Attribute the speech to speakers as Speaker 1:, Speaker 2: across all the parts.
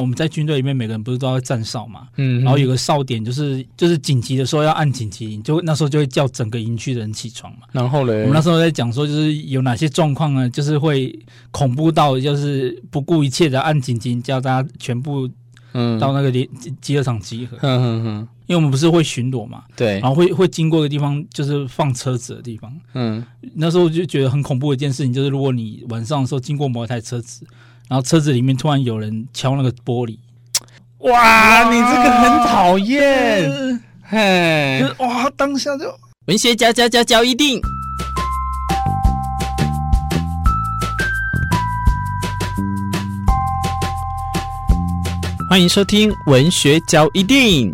Speaker 1: 我们在军队里面，每个人不是都要站哨嘛？
Speaker 2: 嗯，
Speaker 1: 然后有个哨点，就是就是紧急的时候要按紧急铃，就那时候就会叫整个营区的人起床嘛。
Speaker 2: 然后嘞，
Speaker 1: 我们那时候在讲说，就是有哪些状况呢？就是会恐怖到，就是不顾一切的按紧急铃，叫大家全部
Speaker 2: 嗯，
Speaker 1: 到那个集集合场集合。
Speaker 2: 哼哼哼，
Speaker 1: 因为我们不是会巡逻嘛，
Speaker 2: 嗯对
Speaker 1: 然，后会会经过一个地方，就是放车子的地方。
Speaker 2: 嗯，
Speaker 1: 那时候我就觉得很恐怖的一件事情，就是如果你晚上的时候经过某一台车子，然后车子里面突然有人敲那个玻璃，
Speaker 2: 哇，你这个很讨厌，嘿，
Speaker 1: 呃哇，当下就
Speaker 3: 文学家家家教一定。欢迎收听《文学交一定》。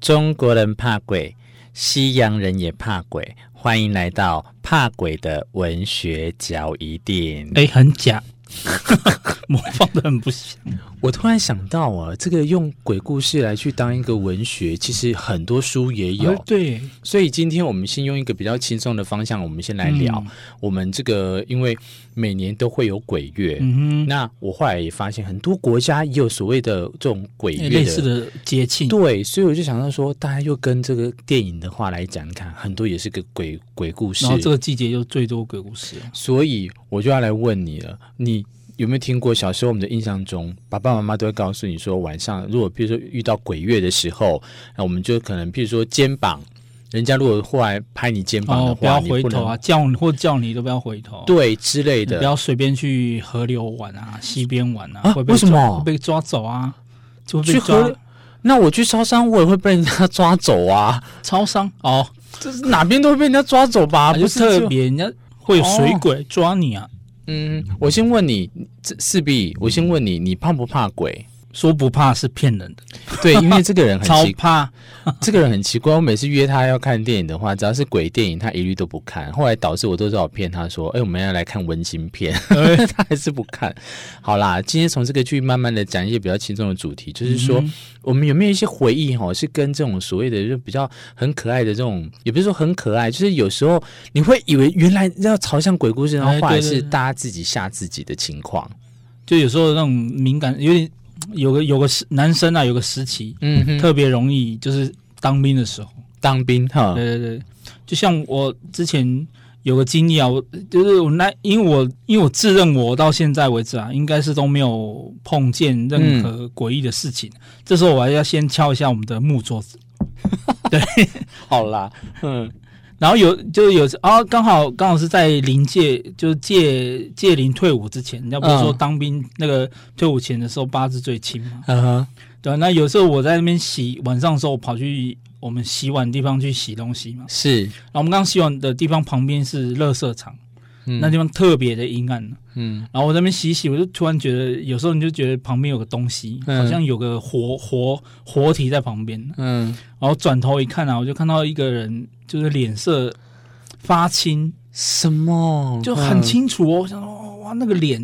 Speaker 3: 中国人怕鬼，西洋人也怕鬼。欢迎来到怕鬼的文学交一定。
Speaker 1: 哎、很假， 模仿的很不像。
Speaker 3: 我突然想到啊，这个用鬼故事来去当一个文学，其实很多书也有。
Speaker 1: 啊对
Speaker 3: 所以今天我们先用一个比较轻松的方向，我们先来聊、
Speaker 1: 嗯
Speaker 3: 我们这个，因为每年都会有鬼月。
Speaker 1: 嗯哼，
Speaker 3: 那我后来也发现，很多国家也有所谓的这种鬼
Speaker 1: 哎
Speaker 3: 月
Speaker 1: 类似的节庆，
Speaker 3: 对，所以我就想到说，大家又跟这个电影的话来讲，你看很多也是个鬼鬼故事
Speaker 1: 然。后这个季节就最多鬼故事了。
Speaker 3: 所以我就要来问你了，你有没有听过小时候我们的印象中，爸爸妈妈都会告诉你说，晚上如果比如说遇到鬼月的时候，那我们就可能比如说肩膀，人家如果后来拍你肩膀的
Speaker 1: 哦，不
Speaker 3: 话，
Speaker 1: 要
Speaker 3: 你
Speaker 1: 回
Speaker 3: 不
Speaker 1: 头
Speaker 3: 能
Speaker 1: 啊，叫你或叫你都不要回头，
Speaker 3: 对之类
Speaker 1: 你
Speaker 3: 的
Speaker 1: 不。要随便去河流玩啊、溪边玩啊，
Speaker 3: 啊
Speaker 1: 会被
Speaker 3: 为什
Speaker 1: 抓
Speaker 3: 么
Speaker 1: 会被抓走啊？就会
Speaker 3: 去
Speaker 1: 被抓
Speaker 3: 河，那我去烧伤，我也会被人家抓走啊！
Speaker 1: 超商哦，
Speaker 3: 这是哪边都会被人家抓走吧？
Speaker 1: 啊就
Speaker 3: 不是
Speaker 1: 特
Speaker 3: 就哦
Speaker 1: 别人家会有水鬼抓你啊，
Speaker 3: 嗯，我先问你，这势必我先问你，你怕不怕鬼？
Speaker 1: 说不怕是骗人的，
Speaker 3: 对，因为这个人很
Speaker 1: 超
Speaker 3: 奇
Speaker 1: 怕。
Speaker 3: 这个人很奇怪，我每次约他要看电影的话，只要是鬼电影，他一律都不看。后来导致我都知道我骗他说：“哎、我们要来看温馨 片。”
Speaker 1: 哎
Speaker 3: 他还是不看。好啦，今天从这个剧慢慢的讲一些比较轻松的主题，就是说、
Speaker 1: 嗯
Speaker 3: 我们有没有一些回忆哈，是跟这种所谓的就比较很可爱的这种，也不是说很可爱，就是有时候你会以为原来要朝向鬼故事，然后
Speaker 1: 哎
Speaker 3: 后来
Speaker 1: 对对
Speaker 3: 是
Speaker 1: 对
Speaker 3: 大家自己吓自己的情况。
Speaker 1: 就有时候那种敏感，有点有个有个时男生啊，有个时期
Speaker 3: 嗯哼，
Speaker 1: 特别容易，就是当兵的时候。
Speaker 3: 当兵哈，
Speaker 1: 对对对，就像我之前有个经历啊，我就是我那，因为我因为我自认我到现在为止啊，应该是都没有碰见任何诡异的事情。这时候我还要先敲一下我们的木桌子，
Speaker 3: 好啦，嗯，
Speaker 1: 然后有就有啊，刚好刚好是在临界，就是届届龄退伍之前，人家不是说
Speaker 3: 嗯
Speaker 1: 当兵那个退伍前的时候八字最轻嘛，
Speaker 3: 嗯哼，
Speaker 1: 对啊、那有时候我在那边洗，晚上的时候我跑去我们洗碗地方去洗东西嘛，
Speaker 3: 是，
Speaker 1: 然后我们刚刚洗碗的地方旁边是垃圾场，
Speaker 3: 嗯
Speaker 1: 那地方特别的阴暗。
Speaker 3: 嗯
Speaker 1: 然后我在那边洗一洗，我就突然觉得，有时候你就觉得旁边有个东西，
Speaker 3: 嗯
Speaker 1: 好像有个活活活体在旁边。
Speaker 3: 嗯。
Speaker 1: 然后转头一看啊，我就看到一个人，就是脸色发青，
Speaker 3: 什么？嗯
Speaker 1: 就很清楚哦。我想说，哦哇，那个脸，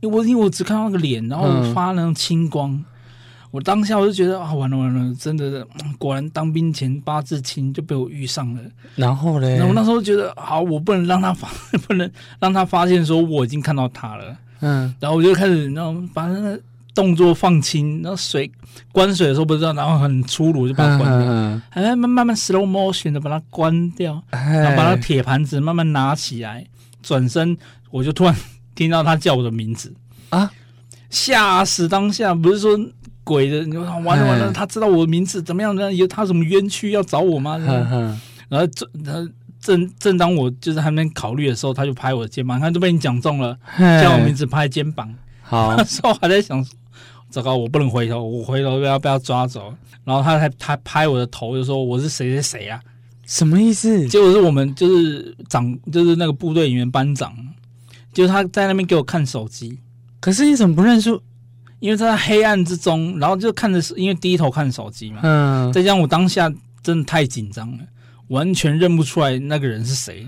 Speaker 1: 因为我因为我只看到那个脸，然后
Speaker 3: 嗯
Speaker 1: 发那种青光。我当下我就觉得啊，完了完了，真的，嗯果然当兵前八字青就被我遇上了。
Speaker 3: 嗯。然后嘞，
Speaker 1: 那我那时候觉得，好，我不能让他发， 不能让他发现说我已经看到他了。
Speaker 3: 嗯，
Speaker 1: 然后我就开始，然后把那个动作放轻，然后水关水的时候不知道，然后很粗鲁就把它关掉，
Speaker 3: 嗯
Speaker 1: 还慢慢慢慢 slow motion 的把它关掉，
Speaker 3: 哎
Speaker 1: 然后把那铁盘子慢慢拿起来，转身我就突然 听到他叫我的名字
Speaker 3: 啊，
Speaker 1: 吓死当下！不是说鬼的，你说完了完了，
Speaker 3: 嗯
Speaker 1: 他知道我的名字怎么样？呢？有他什么冤屈要找我吗？
Speaker 3: 哼哼，
Speaker 1: 然后正然后正正当我就是还没考虑的时候，他就拍我的肩膀，他都被你讲中了，叫我名
Speaker 3: 字。
Speaker 1: 字拍肩膀。
Speaker 3: 好
Speaker 1: 那，时候还在想说，糟糕，我不能回头，我回头被他被他抓走。然后他还他拍我的头，就说我是谁谁谁啊。
Speaker 3: 什么意思？
Speaker 1: 结果是我们就是长，就是那个部队里面班长，就是他在那边给我看手机，
Speaker 3: 可是你怎么不认输？
Speaker 1: 因为他在黑暗之中，然后就看着，因为低头看手机嘛。
Speaker 3: 嗯，
Speaker 1: 再加上我当下真的太紧张了，完全认不出来那个人是谁，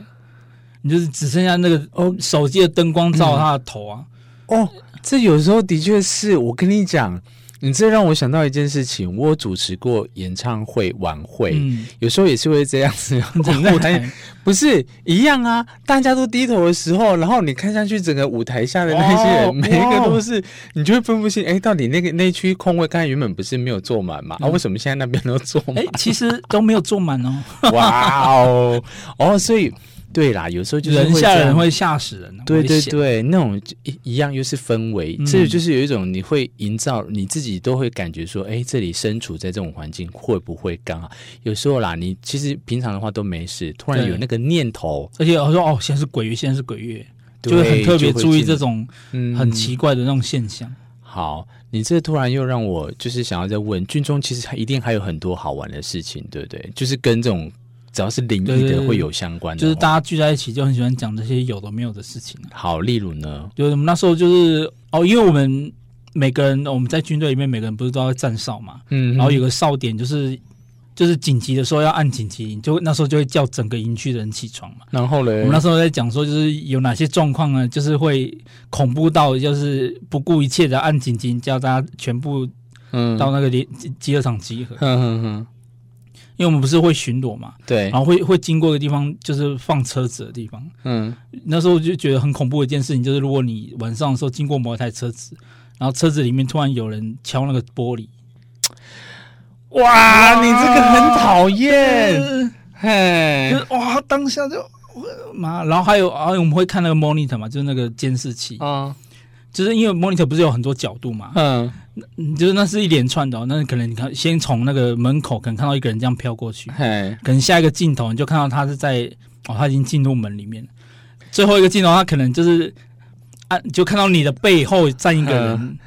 Speaker 1: 你就是只剩下那个
Speaker 3: 哦嗯
Speaker 1: 手机的灯光照他的头啊。
Speaker 3: 哦，这有时候的确是我跟你讲，你这让我想到一件事情，我有主持过演唱会晚会，
Speaker 1: 嗯，
Speaker 3: 有时候也是会这 样子。
Speaker 1: 整
Speaker 3: 舞台不是一样啊，大家都低头的时候，然后你看下去，整个舞台下的那些人，
Speaker 1: 哇哦
Speaker 3: 每一个都是，你就会分不清，哎，到底那个那区空位，刚才原本不是没有坐满嘛？啊，为什么现在那边都坐满
Speaker 1: 哎、？其实都没有坐满哦，
Speaker 3: 哎哇哦，哦，所以对啦，有时候 就是
Speaker 1: 人
Speaker 3: 会这
Speaker 1: 吓
Speaker 3: 样
Speaker 1: 人会吓死人啊，
Speaker 3: 对
Speaker 1: 危
Speaker 3: 对
Speaker 1: 险，
Speaker 3: 对，那种就一一样又是氛围，
Speaker 1: 嗯
Speaker 3: 这个就是有一种你会营造你自己都会感觉说，哎，这里身处在这种环境会不会刚好？有时候啦，你其实平常的话都没事，突然
Speaker 1: 对
Speaker 3: 有那个念头，
Speaker 1: 而且我说哦，现在是鬼月，现在是鬼月，
Speaker 3: 对
Speaker 1: 就会很特别
Speaker 3: 就会
Speaker 1: 注意
Speaker 3: 进
Speaker 1: 这种
Speaker 3: 嗯
Speaker 1: 很奇怪的那种现象。
Speaker 3: 好。你这突然又让我就是想要再问，军中其实还一定还有很多好玩的事情，对不对？就是跟这种只要是灵
Speaker 1: 对
Speaker 3: 异
Speaker 1: 对
Speaker 3: 的
Speaker 1: 对
Speaker 3: 会有相关的哦，
Speaker 1: 就是大家聚在一起就很喜欢讲这些有的没有的事情啊。
Speaker 3: 好，例如呢，
Speaker 1: 就是我们那时候就是哦，因为我们每个人我们在军队里面每个人不是都要站哨嘛，
Speaker 3: 嗯
Speaker 1: 然后有个哨点就是就是紧急的时候要按紧急铃，就那时候就会叫整个营区的人起床嘛。
Speaker 3: 然后嘞，
Speaker 1: 我们那时候在讲说，就是有哪些状况呢？就是会恐怖到，就是不顾一切的按紧急铃叫大家全部
Speaker 3: 嗯
Speaker 1: 到那个集集合场集合，
Speaker 3: 哼哼哼，
Speaker 1: 因为我们不是会巡逻嘛，
Speaker 3: 对
Speaker 1: 然，后会会经过一个地方，就是放车子的地方。
Speaker 3: 嗯
Speaker 1: 那时候我就觉得很恐怖的一件事情，就是如果你晚上的时候经过某一台车子，然后车子里面突然有人敲那个玻璃，
Speaker 2: 哇，你这个很讨厌，
Speaker 1: 就
Speaker 3: 嗯
Speaker 2: 嘿，
Speaker 1: 是哇，当下就妈，然后还有啊，我们会看那个 monitor 嘛，就是那个监视器，
Speaker 2: 啊，
Speaker 3: 哦
Speaker 1: 就是因为 monitor 不是有很多角度嘛，
Speaker 2: 嗯，
Speaker 1: 嗯就是那是一连串的、哦，那可能你看先从那个门口可能看到一个人这样飘过去，
Speaker 3: 嘿，
Speaker 1: 可能下一个镜头你就看到他是在哦，他已经进入门里面了，最后一个镜头他可能就是啊，就看到你的背后站一个人，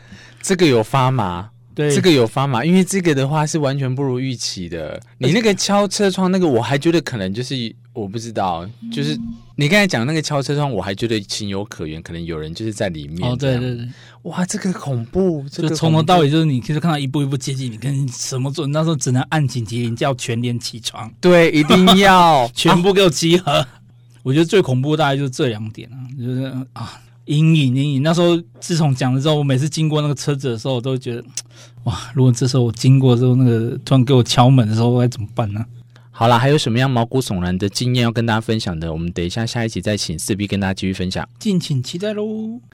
Speaker 3: 这个有发麻，
Speaker 1: 对，
Speaker 3: 嗯这个有发麻，因为这个的话是完全不如预期的。你那个敲车窗那个，我还觉得可能就是我不知道，就是你刚才讲那个敲车窗，我还觉得情有可原，可能有人就是在里面。
Speaker 1: 哦，对对，对。
Speaker 3: 哇，这个恐怖，这
Speaker 1: 就
Speaker 3: 个
Speaker 1: 从头
Speaker 3: 恐怖
Speaker 1: 到尾就是你就是看到一步一步接近，你跟你什么做？你那时候只能按紧急铃叫全连起床，
Speaker 3: 对，一定 要
Speaker 1: 全部给我集合。我觉得最恐怖的大概就是这两点啊，就是啊阴影阴影。那时候自从讲了之后，我每次经过那个车子的时候，我都会觉得哇，如果这时候我经过之后，那个突然给我敲门的时候，我该怎么办呢、
Speaker 3: 好了，还有什么样毛骨悚然的经验要跟大家分享的？我们等一下下一集再请四 B 跟大家继续分享。
Speaker 1: 敬请期待喽。